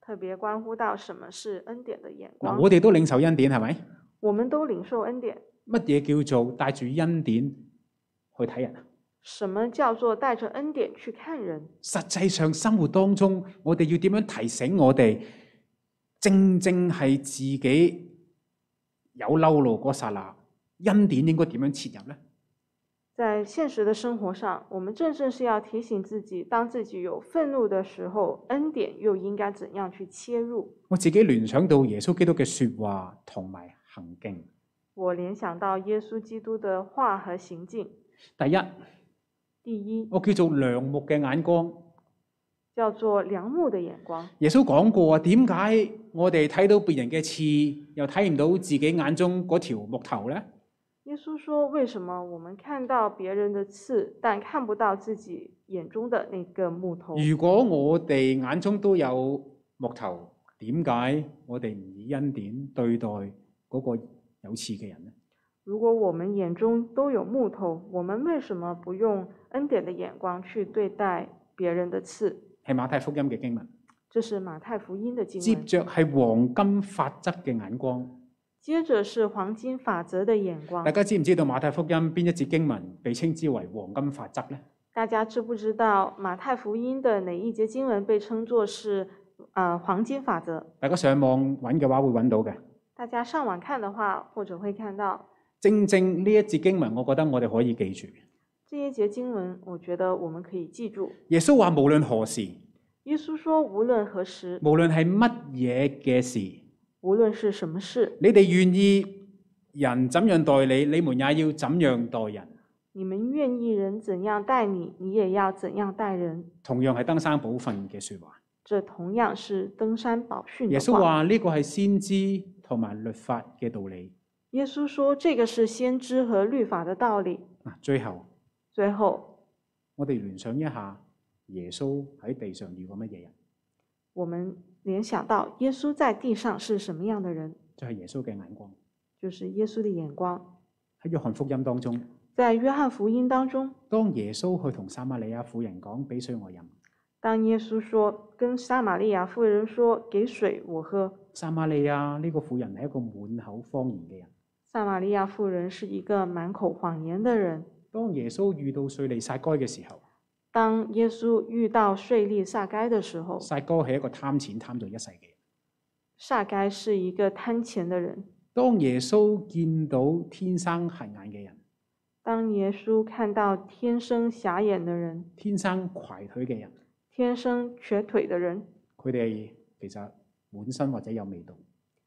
[SPEAKER 2] 特别关乎到什么是恩典的眼
[SPEAKER 1] 嗱，
[SPEAKER 2] 光。
[SPEAKER 1] 我哋都領受恩典係咪？
[SPEAKER 2] 我们都领受恩典，
[SPEAKER 1] 乜嘢叫做帶住恩典去睇人啊？
[SPEAKER 2] 什么叫做带着恩典去看人？
[SPEAKER 1] 實際上生活當中，我哋要點樣提醒我哋？正正係自己有嬲怒嗰剎那，恩典應該點樣切入呢？
[SPEAKER 2] 在现实的生活上，我们正正是要提醒自己，当自己有愤怒的时候，恩典又应该怎样去切入？
[SPEAKER 1] 我自己聯想到耶穌基督嘅説話同埋行徑。
[SPEAKER 2] 我联想到耶稣基督的话和行径，
[SPEAKER 1] 第一，
[SPEAKER 2] 第一
[SPEAKER 1] 我叫做良木嘅眼光。
[SPEAKER 2] 叫做良木的眼光。
[SPEAKER 1] 耶穌講過啊，點解我哋睇到別人嘅刺，又睇唔到自己眼中嗰條木頭呢？
[SPEAKER 2] 耶稣说：“为什么我们看到别人的刺，但看不到自己眼中的那个木头？
[SPEAKER 1] 如果我哋眼中都有木頭，點解我哋唔以恩典對待嗰個有刺嘅人呢？
[SPEAKER 2] 如果我们眼中都有木头，我们为什么不用恩典的眼光去对待别人的刺？”
[SPEAKER 1] 係馬太福音嘅經文，
[SPEAKER 2] 这是马太福音的经
[SPEAKER 1] 接
[SPEAKER 2] 文。
[SPEAKER 1] 着係黃金法則嘅眼光。
[SPEAKER 2] 接着是黄金法则的眼光
[SPEAKER 1] 大。家知唔知道馬太福音邊一節經文被稱之為黃金法則呢？
[SPEAKER 2] 大家知不知道马太福音的哪一节经文被称作是呃黄金法则？
[SPEAKER 1] 大家上網揾嘅話會揾到嘅。
[SPEAKER 2] 大家上网看的话，或者会看到
[SPEAKER 1] 正正呢一節經文，我覺得我哋可以記住。
[SPEAKER 2] 这一节经文，我觉得我们可以记住。
[SPEAKER 1] 耶穌話：無論何時，
[SPEAKER 2] 耶稣说，无论何时，
[SPEAKER 1] 無論係乜嘢嘅事，你
[SPEAKER 2] 无论是什么事，
[SPEAKER 1] 哋願意人怎樣待你，你們也要怎樣待人。
[SPEAKER 2] 你们愿意人怎样待你，你也要怎样待人。
[SPEAKER 1] 同樣係登山寶訓嘅説話。
[SPEAKER 2] 这同样是登山宝训
[SPEAKER 1] 耶
[SPEAKER 2] 的
[SPEAKER 1] 穌
[SPEAKER 2] 话。
[SPEAKER 1] 話：呢個係先知同埋律法嘅道理。
[SPEAKER 2] 耶稣说，这个是先知和律法的道理。
[SPEAKER 1] 嗱，最後
[SPEAKER 2] 最后，
[SPEAKER 1] 我哋聯想一下，耶穌喺地上遇過乜嘢人？
[SPEAKER 2] 我们联想到耶稣在地上是什么样的人，
[SPEAKER 1] 就係、耶穌嘅眼光。
[SPEAKER 2] 就是耶稣的眼光。
[SPEAKER 1] 喺約翰福音當中，
[SPEAKER 2] 在约翰福音当中，
[SPEAKER 1] 當耶穌去同撒瑪利亞婦人講：俾水我飲。
[SPEAKER 2] 当耶稣说跟撒玛利亚妇人说：“给水我喝。
[SPEAKER 1] 撒瑪利亞呢個婦人係一個滿口方言嘅人。”
[SPEAKER 2] 撒玛利亚妇人是一个满口谎言的人。
[SPEAKER 1] 當耶穌遇到税利撒該嘅時候，
[SPEAKER 2] 当耶稣遇到税吏撒该的时候，
[SPEAKER 1] 撒該係一個貪錢貪咗一世嘅人。
[SPEAKER 2] 撒该是一个贪钱的人。
[SPEAKER 1] 當耶穌見到天生瞎眼嘅人、
[SPEAKER 2] 当耶稣看到天生瞎眼的人、
[SPEAKER 1] 天生瘸腿嘅人，
[SPEAKER 2] 天生瘸腿的人，
[SPEAKER 1] 佢哋其實滿身或者有味道、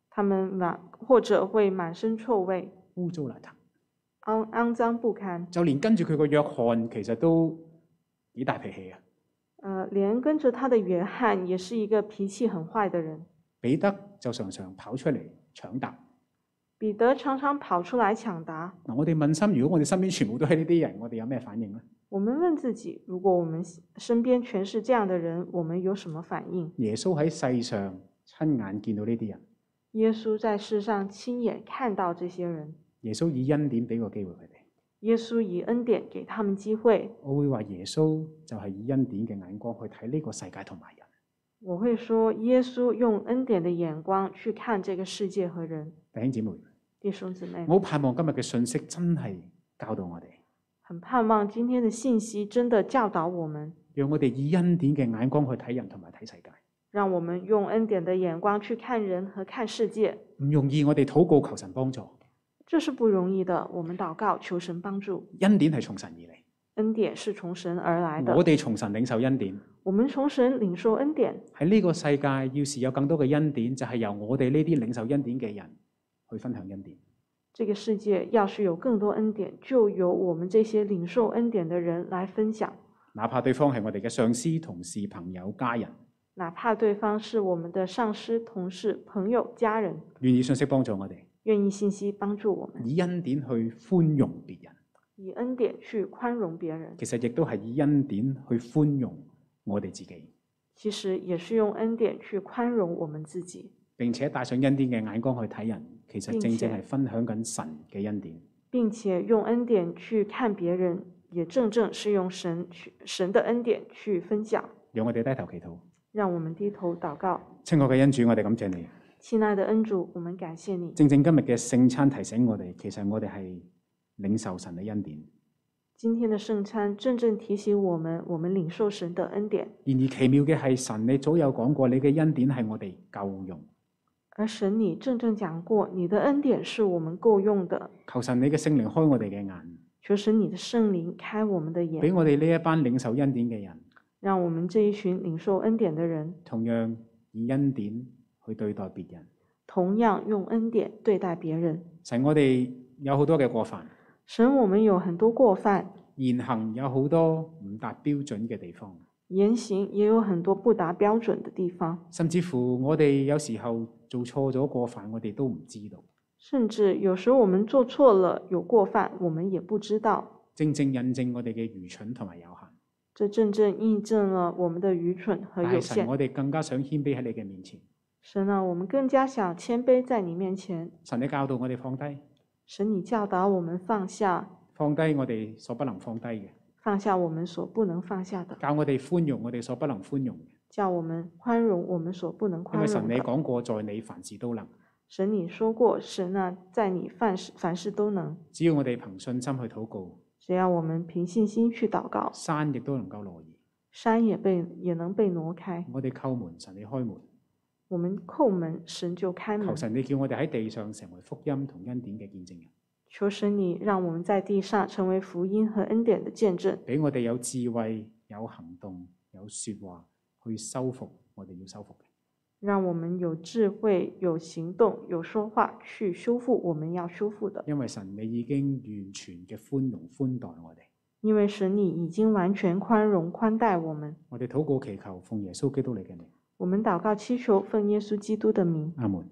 [SPEAKER 2] 他们满或者会满身臭味、
[SPEAKER 1] 污糟邋遢，
[SPEAKER 2] 肮肮脏不堪，
[SPEAKER 1] 就連跟住佢個約翰其實都幾大脾氣啊！
[SPEAKER 2] 呃，连跟着他的约翰也是一个脾气很坏的人。
[SPEAKER 1] 彼得就常常跑出嚟搶答。
[SPEAKER 2] 彼得常常跑出来抢答。
[SPEAKER 1] 嗱，我哋問心，如果我哋身邊全部都係呢啲人，我哋有咩反應呢？
[SPEAKER 2] 我们问自己，如果我们身边全是这样的人，我们有什么反应？
[SPEAKER 1] 耶穌喺世上親眼見到呢啲人，
[SPEAKER 2] 耶稣在世上亲眼看到这些人，
[SPEAKER 1] 耶穌以恩典俾個機會佢哋。
[SPEAKER 2] 耶稣以恩典给他们机会。
[SPEAKER 1] 我會話耶穌就係以恩典嘅眼光去睇呢個世界同埋人。
[SPEAKER 2] 我会说，耶稣用恩典的眼光去看这个世界和人。
[SPEAKER 1] 弟兄姊妹，
[SPEAKER 2] 弟兄姊妹，
[SPEAKER 1] 我好盼望今日嘅信息真係教導我哋，
[SPEAKER 2] 很盼望今天的信息真的教导我们，
[SPEAKER 1] 讓我哋以恩典嘅眼光去睇人同埋睇世界。
[SPEAKER 2] 让我们用恩典的眼光去看人和看世界。
[SPEAKER 1] 唔容易，我哋禱告求神幫助。
[SPEAKER 2] 这是不容易的。我们祷告求神帮助，
[SPEAKER 1] 恩典係從神而
[SPEAKER 2] 恩典是从神而来
[SPEAKER 1] 嚟，
[SPEAKER 2] 的。
[SPEAKER 1] 我哋從神領受恩典。
[SPEAKER 2] 我们从神领受恩典，
[SPEAKER 1] 喺呢個世界，要是有更多嘅恩典，就係、由我哋呢啲領受恩典嘅人去分享恩典。
[SPEAKER 2] 这个世界要是有更多恩典，就由我们这些领受恩典的人来分享，
[SPEAKER 1] 哪怕對方係我哋嘅上司、同事、朋友、家人，
[SPEAKER 2] 哪怕对方是我们的上司、同事、朋友、家人，
[SPEAKER 1] 願意信息幫助我哋，
[SPEAKER 2] 愿意信息帮助我们，
[SPEAKER 1] 以恩典去寬容別人。
[SPEAKER 2] 以恩典去宽容别人，
[SPEAKER 1] 其實亦都係以恩典去寬容我哋自己，
[SPEAKER 2] 其实也是用恩典去宽容我们自己，
[SPEAKER 1] 並且帶上恩典嘅眼光去睇人，其實正正
[SPEAKER 2] 並且
[SPEAKER 1] 係分享緊神嘅恩典。
[SPEAKER 2] 并且用恩典去看别人，也正正是用神去神的恩典去分享。
[SPEAKER 1] 讓我哋低頭祈禱，
[SPEAKER 2] 让我们低头祷告，
[SPEAKER 1] 親愛嘅恩主，我哋感謝你。
[SPEAKER 2] 亲爱的恩主，我们感谢你。
[SPEAKER 1] 正正今日嘅聖餐提醒我哋，其實我哋係領受神嘅恩典。
[SPEAKER 2] 今天的圣餐真正提醒我们，我们领受神的恩典，
[SPEAKER 1] 然而奇妙嘅係神，你早有講過，你嘅恩典係我哋夠用。
[SPEAKER 2] 而神你正正讲过，你的恩典是我们够用的。
[SPEAKER 1] 求神你嘅聖靈開我哋嘅眼，
[SPEAKER 2] 求神你的圣灵开我们的眼，
[SPEAKER 1] 俾我哋呢一班領受恩典嘅人，
[SPEAKER 2] 让我们这一群领受恩典的人，
[SPEAKER 1] 同樣以恩典去對待別人。
[SPEAKER 2] 同样用恩典对待别人。
[SPEAKER 1] 神，我哋有好多嘅過犯，
[SPEAKER 2] 神，我们有很多过犯，
[SPEAKER 1] 言行有好多唔達標準嘅地方，
[SPEAKER 2] 言行也有很多不达标准的地方，
[SPEAKER 1] 甚至乎我哋有時候做錯咗過犯，我哋都唔知道。
[SPEAKER 2] 甚至有时候我们做错了，有过犯，我们也不知道。
[SPEAKER 1] 正正印證我哋嘅愚蠢同埋有限。
[SPEAKER 2] 这正正印证了我们的愚蠢
[SPEAKER 1] 但
[SPEAKER 2] 和有
[SPEAKER 1] 係哎神，
[SPEAKER 2] 限。
[SPEAKER 1] 我哋更加想謙卑喺你嘅面前。
[SPEAKER 2] 神啊，我们更加想谦卑在你面前。
[SPEAKER 1] 神，你教導我哋放低，
[SPEAKER 2] 神，你教导我们放下，
[SPEAKER 1] 放低我哋所不能放低嘅，
[SPEAKER 2] 放下我们所不能放下的，
[SPEAKER 1] 教我哋寬容我哋所不能寬容嘅。
[SPEAKER 2] 叫我们宽容我们所不能
[SPEAKER 1] 因
[SPEAKER 2] 宽
[SPEAKER 1] 為神
[SPEAKER 2] 容
[SPEAKER 1] 你
[SPEAKER 2] 的。
[SPEAKER 1] 講過，在你凡事都能。
[SPEAKER 2] 神，你说过，神啊，在你凡事凡事都能。
[SPEAKER 1] 只要我哋憑信心去禱告，
[SPEAKER 2] 只要我们凭信心去祷告，
[SPEAKER 1] 山亦都能夠挪移。
[SPEAKER 2] 山也被也能被挪开。
[SPEAKER 1] 我哋叩門，神你開門。
[SPEAKER 2] 我们叩门，神就开门
[SPEAKER 1] 求。神你叫我哋喺地上成為福音同恩典嘅見證人，
[SPEAKER 2] 求神你让我们在地上成为福音和恩典的见证，
[SPEAKER 1] 俾我哋有智慧、有行動、有说話去修復我哋要修復嘅。
[SPEAKER 2] 让我们有智慧、有行动、有说话去修复我们要修复的。
[SPEAKER 1] 因為神你已經完全嘅寬容寬待我哋。
[SPEAKER 2] 因为神你已经完全宽容宽待我们。
[SPEAKER 1] 我哋禱告祈求，奉耶穌基督你嘅名，
[SPEAKER 2] 我们祷告祈求，奉耶稣基督的名，
[SPEAKER 1] 阿門。